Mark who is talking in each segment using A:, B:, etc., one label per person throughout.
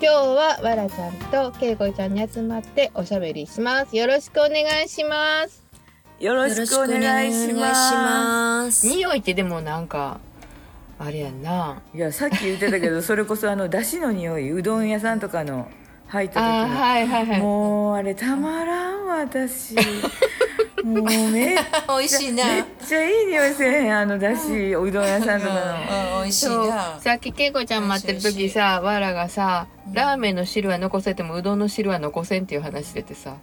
A: 今日はわらちゃんとけいこちゃんに集まっておしゃべりします。よろしくお願いします。
B: よろしくお願いします。
C: す
A: 匂いってでもなんかあれやんな。
B: いや、さっき言ってたけど、それこそあの出汁の匂い、うどん屋さんとかの入った時
A: あー
B: の、
A: はいはいはい。
B: もうあれたまらんわ 私。もうめっ
C: 美味しいな。
B: めっちゃいい匂いせえへんあの出汁、うどん屋さんとかの。
C: うん、美味しい
A: そう
C: な。
A: さっきけいこちゃん待ってる時さわらがさラーメンの汁は残せてもうどんの汁は残せんっていう話出てさ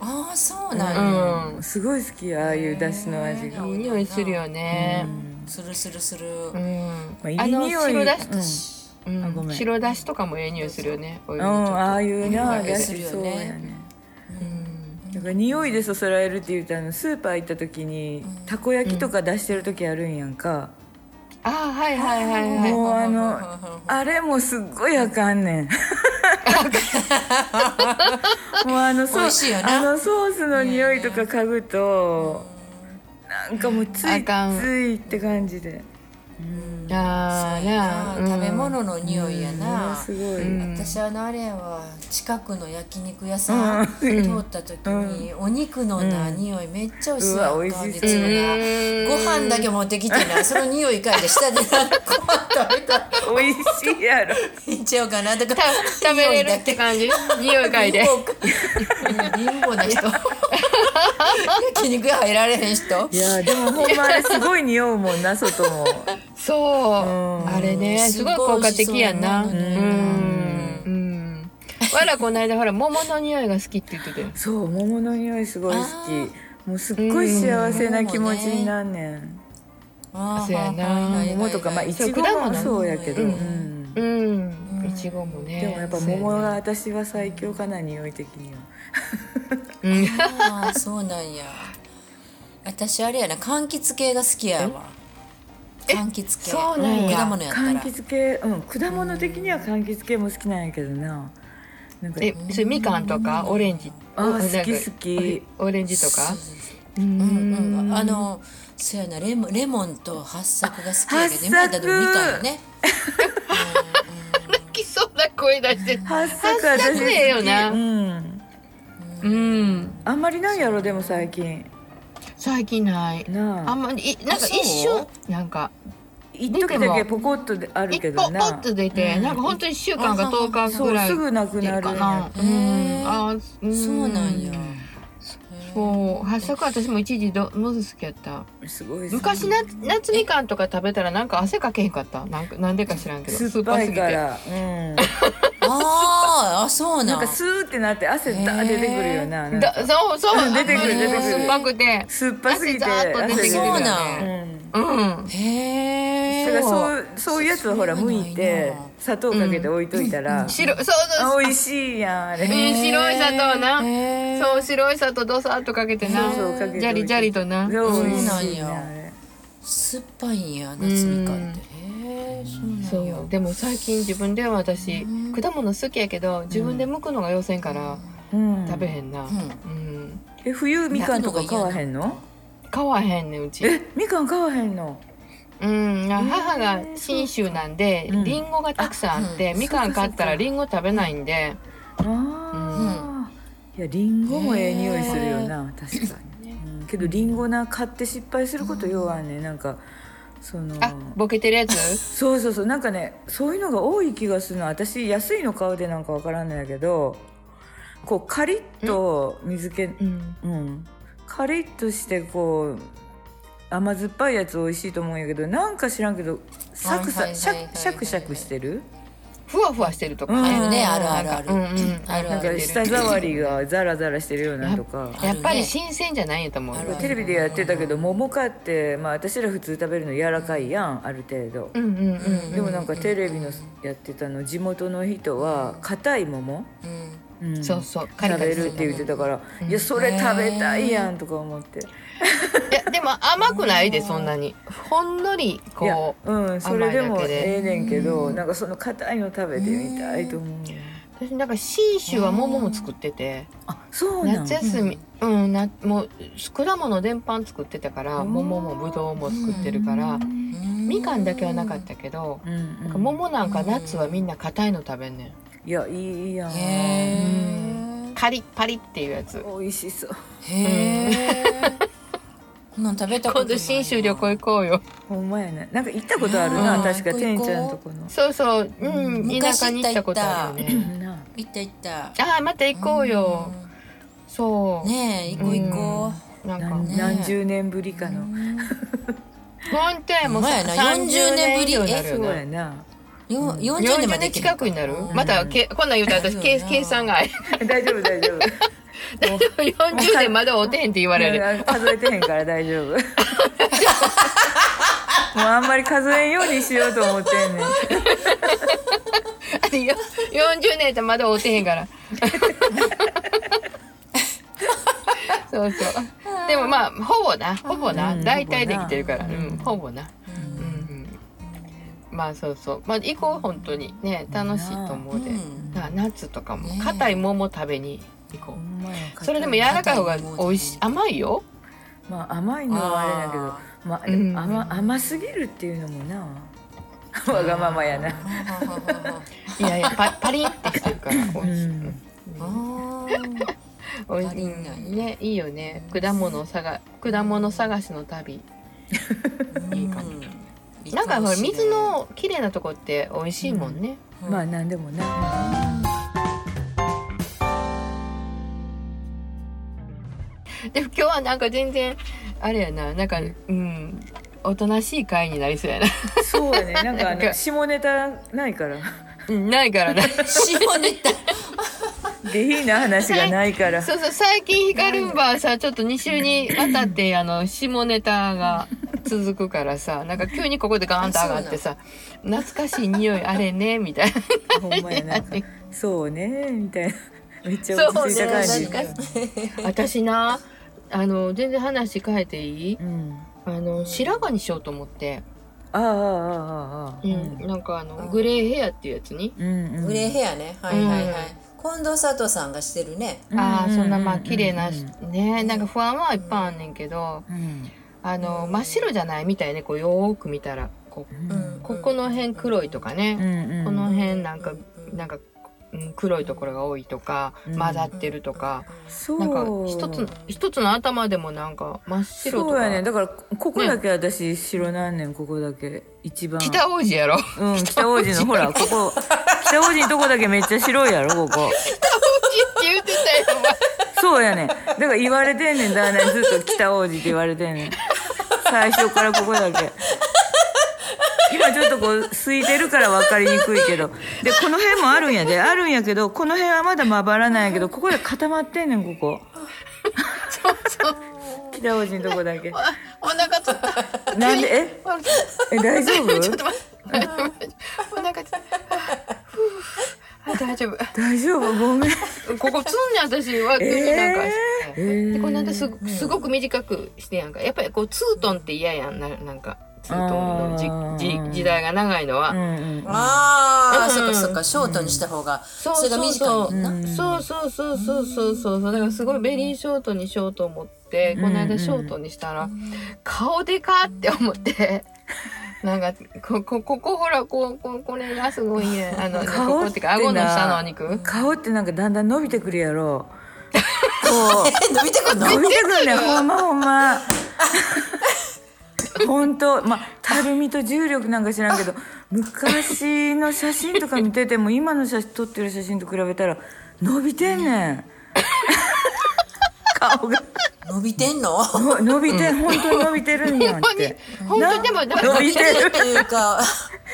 C: ああ、そう
A: う
C: なんや。
A: ん
B: すごい好きああいう出汁の味が。
C: う
B: うんん
A: いい匂いするよね
C: するするする。
A: うん、
B: まあいい
A: あの
B: 匂い
A: 白だし、う
B: あご
A: ん
B: めん
A: 白だしとかもええ匂いするよねお湯
B: う
A: に
B: ん、
A: ちょっと
B: ああいうな
C: うん
B: 出汁そうやね。
A: うん
B: だから匂いでそそられるって言うとあのスーパー行った時にたこ焼きとか出してる時あるんやんか、
A: あーはいはいはいはい
B: もうあ
C: はいはいはい
B: のあれもすっごいあかん ねんもうあのソ
C: 美
B: ー
C: 味しい
B: ス
C: よな
B: あのソースの匂いとか嗅ぐとなんかもうつ
A: あ
B: いつ
A: かん
B: いって感じで
A: あーね
C: あー食べ物の匂いや
B: もの
C: な。
B: すごい、
A: うん
C: 私あのあれは近くの焼肉屋さん通った時にお肉のな匂いめっちゃ美味しいやんか
B: うわ美味しい
C: 別にな
A: うん
C: ご飯だけ持ってきてなその匂い嗅いで下でなんかご飯食べたら
B: 美味しい やろ
C: いっちゃおうかなとか
A: た食べれるって感じ匂い嗅い で
C: 貧乏な人焼肉屋入られへん人
B: いやでも ほんまあれすごい匂うもんな外も
A: そう、
B: うん
A: あれねす
C: す
A: ごい
C: ごい
A: 効果的やなうん
C: 美味しそうやな
A: うんわらこの間ほら桃の匂いが好きって言ってたよ
B: そう桃の匂いすごい好
C: あー
B: きもうすっごい幸せな気持ちになんねん、
C: あー
A: そうやな
C: はいはいはいはい
B: 桃とかまあい
A: そう
B: ちご
A: 果物
B: も
A: ね
B: そうやけど、
A: うん
B: うん
A: うん
C: う
A: い
C: ん
A: ちごもね
B: でもやっぱ桃が私は最強かな匂い的には
A: そうやね
C: あーそうなんや私あれやな柑橘系が好きやわ柑橘系
A: そうなんや
C: 果物やった
B: 柑
C: ら
B: 橘系うん果物的には柑橘系も好きなんやけどななんか
A: うんえそれみかんとかオレンジ
B: あ
A: おなんか
B: ー好き好き
A: オレンジとか
C: そうそうそう
A: う
C: うんうんんあのそうやなレモンレモンと八作が好きやけど
B: 八朔
C: 今やったらでもみかんよね
A: 好きそうな声出してる
B: 八作私
A: 八朔ええよな
B: うん
A: うん
B: あんまりないやろでも最近
A: 最近ない
B: な
A: あん
B: あ
A: まりいなんか
C: あそう
A: 一瞬なんか
B: 一
A: 出て
B: 時
A: も
B: だけポコッとである
A: 一
B: け
A: 歩
B: ど
A: ポ
B: な
A: ッと出てなんか本当に1週間か
C: あ
A: 10日
B: そ
A: ぐ
B: う
A: らい
B: すぐなく
A: 出る
B: なる
A: か
B: ん
A: な
B: や
A: う
C: へ
A: ん
C: ー
A: あー
C: そうなんや
A: そう八作私も一時どもず好きやった
B: すごい好き
A: 昔夏夏みかんとか食べたらなんか汗かけへんかったなんかなんでか知らんけど
B: 酸っぱいか
A: 酸っ
B: らうん
C: あーあそう
B: な
C: なん
B: んかスーってなって汗ダー出てくるよななん
A: ぱすぎてだ
B: か
A: そうそう
B: うん 出て
A: あ
B: くる
A: んまり
B: 出てくる
A: 酸っぱくて
B: 酸っぱすぎて
A: 汗ザーッと出てくる
C: そう
A: よ
C: なん
A: ね
B: うん
A: うん
C: へ
B: だか
C: え
B: らそうそういうやつはほら
C: そういうの
B: 剥いて
C: ないな
B: 砂糖かけて置いといたら、
A: 白そうそう
B: あ美味しいやんあれ、
A: うん白い砂糖な
C: へー
A: そう白い砂糖どさっとかけてな
B: そうそうかけておいて
A: じゃりじゃりとな
B: そう美味
C: そうなん
B: しい
C: や
B: なあれ
C: 酸っぱいんや夏みかんってへえそ
A: そう
C: なんや
A: うでも最近自分では私果物好きやけど自分で剥くのが要せんから
B: うん
A: 食べへんな
C: うん
A: うん
B: え冬みかんとか買わへんの
A: 買わへんねんうち
B: えみかん買わへんの
A: うん、母が信州なんで、
B: うん
A: リンゴがたくさんあって、
C: あ
A: みかん買ったらリンゴ食べないんで、
B: ああ、いやりんごもええ匂いするよな確かに、うん、けどりんごな買って失敗することようあんねなんかその
A: あ、ボケてるやつ
B: そうそうそうなんかねそういうのが多い気がするの私安いの買うでなんかわからんのやけどこうカリッと水気
A: うん。
B: うん、カリッとしてこう甘酸っぱいやつ美味しいと思うんやけどなんか知らんけどサク
C: はい
B: サシ
C: はいはいはい
B: ャクシャクシャクしてる
A: ふわふわしてるとか。
B: うん
C: あるね
B: うん
C: あるあるある
A: うんうん
C: ある
B: な
C: あ
B: んか
C: る
B: 舌触りがザラザラしてるようなとか
C: あ
A: やっぱり新鮮じゃないんやと思う。
C: ある
B: テレビでやってたけど桃かって、まあ、私ら普通食べるの柔らかいやんある程度
A: うんうんうん。
B: でもなんかテレビのやってたの地元の人は硬い桃、
C: うん
B: うん
A: そうそう、カリ
B: 食
A: カリ
B: べ
A: す
B: る
A: る
B: っ
A: の
B: て言ってたから、いやそれ食べたいやんとか思って。
A: いや、でも甘くないで、そんなに。ほんのり、
B: いや
A: こう。
B: うんそれでも
A: 甘いだけで
B: ええねんけど、なんかその硬いの食べてみたいと思う、
A: 私なんか信州は桃も作ってて、
B: あそうなん
A: 夏休み、うん、な、もう、果物全般作ってたから、桃もぶどうも作ってるから、みかんだけはなかったけど、
B: うんうん
A: なんか桃なんか夏はみんな硬いの食べんねん。
B: いやいいやん
C: へえ
A: カリッパリっていうやつ
B: 美味しそう
C: へえこんなん食べたこと
A: 今度
C: ないな
A: 信州旅行行こうよ
B: ほんまやねなんか行ったことあるな
C: うん
B: 確か
C: ここ
B: て
C: 行
B: ん
C: こう
B: ちゃんとこの
A: そうそううん、
C: うん
A: 田舎に行ったことあるよね
B: な
C: 行った行った
A: ああまた行こうよ、そう、
C: うんねえ行こう行こ
A: なんか
B: 何
C: ね
B: 何十年ぶりか
C: う
B: の
A: 本当やもう
C: ほんまやな
A: 30
C: 40年ぶり
A: 以上になる
B: そ
A: よ
B: う
A: な
B: やな
C: よん40
A: 40
C: 年
A: 年
C: まで生きる
A: 近くになる、
C: うん
A: またけ こんなん言うたら私計
C: そうやな
A: 計算が
B: 大丈夫大丈夫
A: 40年まだおてへんって言われる
B: うん数えてへんから大 丈夫もうあんまり数えんようにしようと思ってんねん
A: 40年ってまだおてへんからそうそうでもまあほぼなほぼな
B: うん
A: 大体できてるからうんほぼな
C: う
A: う
C: ん
A: んうんまあそうそうまあ行こう本当にね楽しいと思うで、
C: うん
A: な夏とかも
C: ねえ
A: 硬い桃食べに行こ
B: ほ
A: うん
B: まや
A: それでも柔らかい方が
C: 硬い桃
A: 美味しい甘いよ
B: まあ甘いのはあれだけど
C: あ
B: まあ、
A: うん
B: 甘甘すぎるっていうのもなわがままやな
A: いやいや パパリンってしてるから美味しい、
B: うん
C: あー
A: おい
C: 足りんない
A: ねいいよね果物を探果物探しの旅いいかも
C: う
A: なんかほら水のきれいなとこって美味しいもんね、
B: まあ何でもな
A: でも今日はなんか全然あれやななんかうんおとなしい会になりそうやな
B: そうやねなんかあ
A: なんか
B: の下ネタないから
A: うんないから な
C: 下ネタ
B: 下品な話がないか ら
A: そうそう最近ヒカルンバーさちょっと2週にわたってあの下ネタ が続くからさなんか急にここでガーンと上がってさ懐かしい匂いあれ ねみたいな
B: ほんまやなんかそうねみたいなめっちゃ
A: そう
B: 落ち着いた感
A: そう
B: じ
A: ね私なあの全然話変えていい
B: うん
A: あの白髪にしようと思って、
B: ああああああああ
A: う
B: うん
A: なんかあの、
C: うん
A: グレーヘアっていうやつに、
B: んうん
C: グレーヘアねはいはいは
A: う
C: い近藤佐藤さんがしてるね
A: ああ
B: う
A: そんなまあ綺麗な、
B: うん
A: ねなんか不安はいっぱいあんねんけど、
B: うん
A: あの真っ白じゃないみたいねこうよーく見たらこ
B: う
A: うん
C: うん
A: ここの辺黒いとかね、
B: うんうん
A: この辺なんか、
C: うん
A: なんか、うん、黒いところが多いとか、
B: うん
A: 混ざってるとか、
B: そう
A: なんか一つの一つの頭でもなんか真っ白と
B: そう
A: か、
B: やねだからここだけ私白なんねんここだけ一番
A: 北王子や ろ
B: うん北王子のほらここ北王子のとこだけめっちゃ白いやろここ
A: って言ってたよお前
B: そうやねんだから言われてんねんだねずっと北王子って言われてんねん最初からここだけ今ちょっとこう空いてるから分かりにくいけどでこの辺もあるんやであるんやけどこの辺はまだまばらなんやけどここで固まってんねんここ
A: そうそう
B: 北王子のとこだけ
A: お腹つった
B: なんでええ 大丈夫
A: ちょっと待 って。お腹ちょっと。ふう大丈夫。
B: 大丈夫ごめん
A: ここつんねん私は急になんかして。
B: え
A: でこの間
B: ー
A: すごすごく短くしてやんか。やっぱりこうツートンって嫌やんななんかツートンのじ
B: あー
A: じ時代が長いの
B: う
A: は。
B: んうん
C: ああ
A: うん
C: そっかそっかショートにした方が
A: そう
C: そ
A: そ
C: れ
A: う
C: が
A: そう
C: 短いねん
A: そ
C: な
A: うそうそうそうそうそうだからすごいベリーショートにしようと思って
B: うん
A: この間ショートにしたら顔でかって思ってなんかここここほらこうこうこれがすごいねあの
B: 顔
A: ここっていうか
B: っ
A: 顎
B: てな
A: の下のお肉
B: 顔ってなんかだんだん伸びてくる やろこう
C: え見てこんの
B: 伸びてくるねほんまほんま本当まあたるみと重力なんか知らんけど昔の写真とか見てても今の写真撮ってる写真と比べたら伸びてんね ん顔が
C: 伸びてんの
B: の伸びて本当に伸びてるんやんって
A: 本当にでも
B: な
A: でも
B: 伸びてる
C: っていう か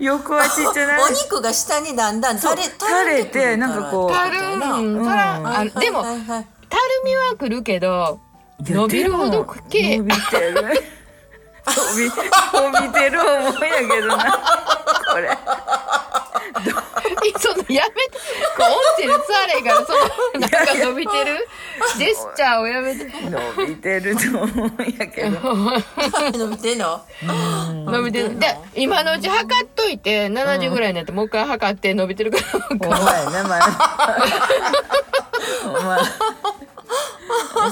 B: 横はちっちゃない
C: お肉が下にだんだん垂れ
B: 垂れてなんかこう
A: たる
C: うんん
A: たらんあでも
C: はいはいはい
A: たるみは来るけど
B: いや
A: 伸びるほ
B: で
A: ど
B: も
A: くけ
B: 伸びてる 伸び伸びてる思うんやけどなこれ
A: そのやめてこう音声で伝われへんからそのなんか伸びてるジェスチャーをやめて
B: 伸びてると思うんやけど
C: 伸びてんの
A: 伸びてるで今のうち測っといて70ぐらいになってもう一回測って伸びてるから
B: お前ね前お前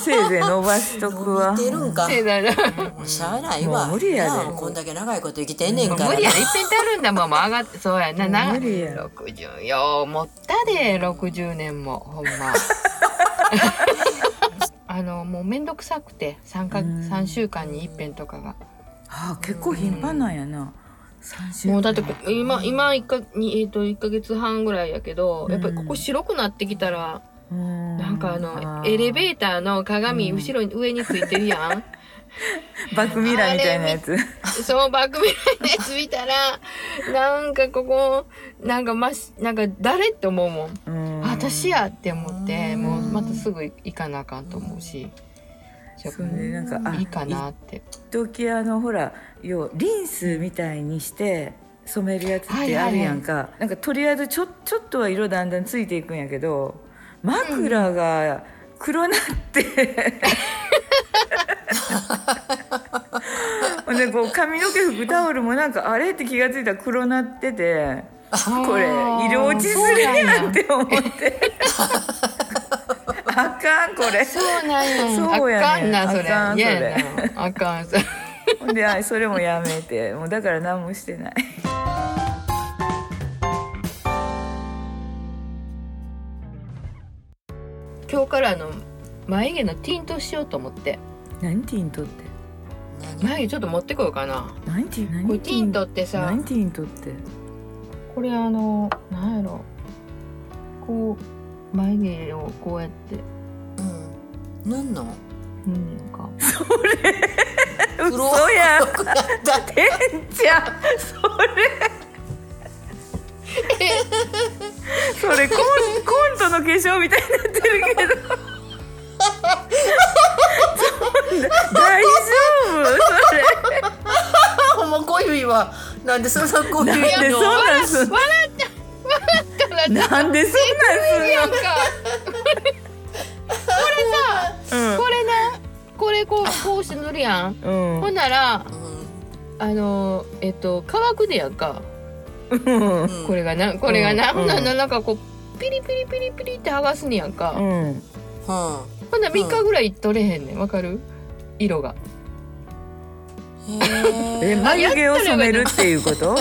B: せいぜい伸ばしとくわ
C: 見てるんか
A: せやな
C: もうしゃあないわ
B: もう無理やで
C: なあこんだけ長いこと生きてんねんから
A: 無理やねいっぺんたるんだもんもう上がってそうやなな
B: 無理や
A: 60よう持ったで60年もほんまあのもうめんどくさくて3か3週間に一遍とかが
B: あ結構頻繁なんやな三週
A: もうだってこ今今一かにえっ、と一ヶ月半ぐらいやけどやっぱりここ白くなってきたら、な
B: な
A: んかあのエレベーターの鏡後ろに上についてるや ん
B: バックミラーみたいなやつ
A: そのバックミラーのやつ見たらなんかここなんかましなんか誰って思うもん
B: うん
A: あ私やって思ってもうまたすぐ行かなあかんと思うしやっ
B: そうねなんかあ
A: いいかなって
B: 時あのほら要はリンスみたいにして染めるやつってあるやんか、なんかとりあえずちょちょっとは色だんだんついていくんやけど枕が黒なって、ほんでこう髪の毛拭くタオルもなんかあれって気がついたら黒なっててこれ色落ちするやんって思って あかんこれ。
A: そうなんや
B: そうやねん
A: あかんなそれ
B: あかんそれ
A: 嫌やなあかんそれ
B: ほんであそれもやめてもうだから何もしてない。
A: 今日からあの眉毛のティントしようと思って
B: 何ティントって
C: 何
A: 眉毛ちょっと持ってこようかな
B: 何ティン何
A: これティントってさ
B: 何ティントって
A: これあのなんやろこう眉毛をこうやって
C: うん塗んの
A: 塗んねんか
C: 黒
B: 嘘 やん
C: 黒やった
B: てんちゃんそれそれコンコントの化粧みたいになってるけどそんな大丈夫
C: ほんま小指はなんでそんな小指
B: それなんでそんなんすんの
A: 笑った笑ったら
B: なんでそん
A: な
B: なん
A: んか
B: すんの
A: これなこれこうこうして塗るやん
B: うん
A: ほんなら
C: う
A: あのえっと乾くでやんか
B: うん
C: ん
A: これがなこれがな、
B: うん
A: ほんならなんかこうピリピリピリピリって剥がすねやんか、
B: うん
C: うん
A: ほんなら3日ぐらい取れへんねんわかる色が
B: え
C: へー
B: 眉毛を染めるっていうこと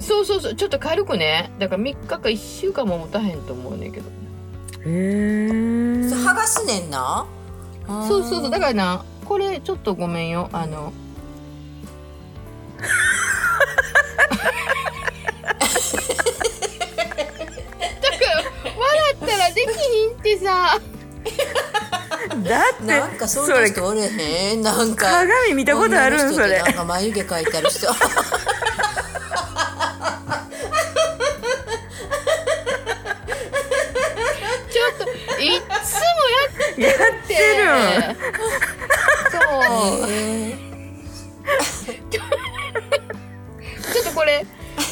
A: そうそうそうちょっと軽くねだから3日か1週間も持たへんと思うねんけど
B: へえ
C: そう剥がすねんなあー
A: そうそうそうだからなこれちょっとごめんよあのだから笑ったらできひんってさ
B: だっ
C: なん
B: て
C: かそ
B: そう
C: いう
B: れ
C: 人おれへんなんか
B: 鏡見たことあるんそ
C: 女の人
B: れ
C: ってなんか眉毛描いてある人
A: ちょっといっつ
B: やっ
A: も
B: て
A: や
B: るん
A: ってそう
C: へ
A: ちょっとこれ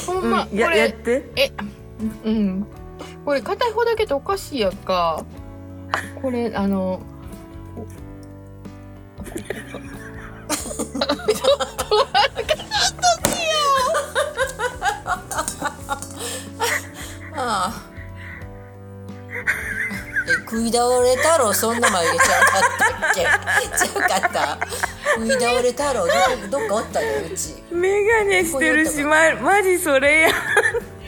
A: ほんま、
B: うん、
A: こ
B: ややっ
A: れ
B: て
A: うんこれ片方だけっておかしいやんかこれあの
C: ーああえ食い倒れ太郎そんな眉毛ちゃうかったっけちゃうかった食い倒れ太郎どこどっかおったようち
B: メガネしてるしまマジそれやんちょっと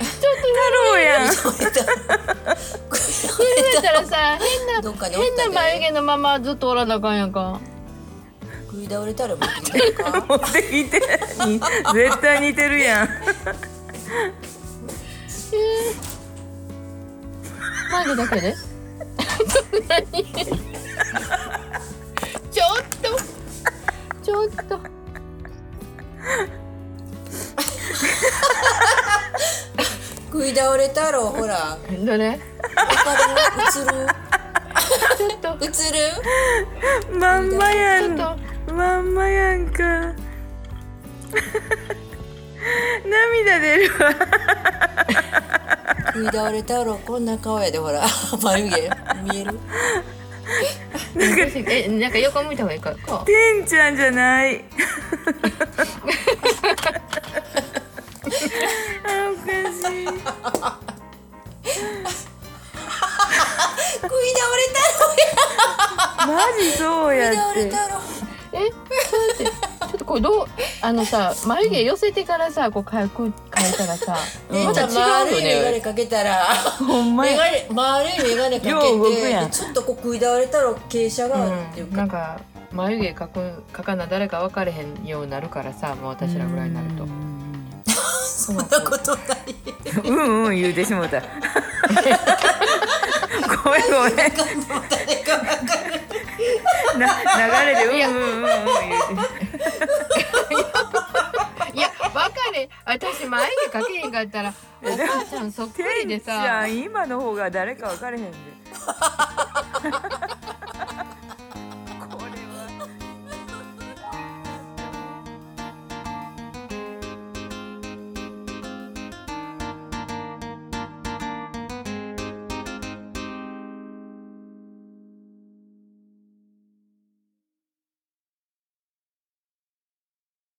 B: 太郎や ん
C: 食い倒れ食い倒
A: 気
C: れ
A: づいたらさ変な
C: どっかにおっ
A: 変
C: た
A: な
C: で
A: 眉毛のままずっとおらなあかんやんか
C: 食い倒れ太郎もいてるか
B: 持ってきてに絶対似てるやん
A: 眉毛だけで 何ちょっとちょっと
C: 食い倒れ太郎ほら
A: どれ
C: 他
A: ちょっと
C: で映る映る
B: まんまや
A: ちょ
B: んまんまやんか 涙出るわ
C: 食い倒れ太郎こんな顔やでほら 眉毛見える
A: えなんか横向いた方がいいかこう
B: てんちゃんじゃない あおかしい
C: 食い倒れ太郎
B: マ
C: や
B: ジそうや
C: 倒
B: っ
C: れ
B: て
C: 太郎
A: えそうやってちょっとこれどうあのさ眉毛寄せてからさこう変えこう変えたらさ
C: 姉
A: ま
C: ち
A: た
C: ゃん
A: 違う
C: 丸
A: よ
C: い眼鏡
A: ね
C: かけたら
B: ほんま
C: 眼
B: や
C: 鏡丸い眼鏡かけ
B: よう動く
C: て
B: やん
C: でちょっとこう食い倒れたら傾斜があるっていう
A: うん、
C: か、
A: なんか眉毛描く描かな誰か分かれへんようになるからさもう私らぐらいになると
B: う
A: うん
B: ん
C: そんなことない
B: うんうん言うてしもう たごめんごめん
C: 誰かわかる
B: な流れでうんうんうんうん言うて
A: いやバカね私眉毛描けへんかったらお母さんそっくり
B: て
A: で
B: んちゃ
A: さ
B: ん今の方が誰か分かれへんで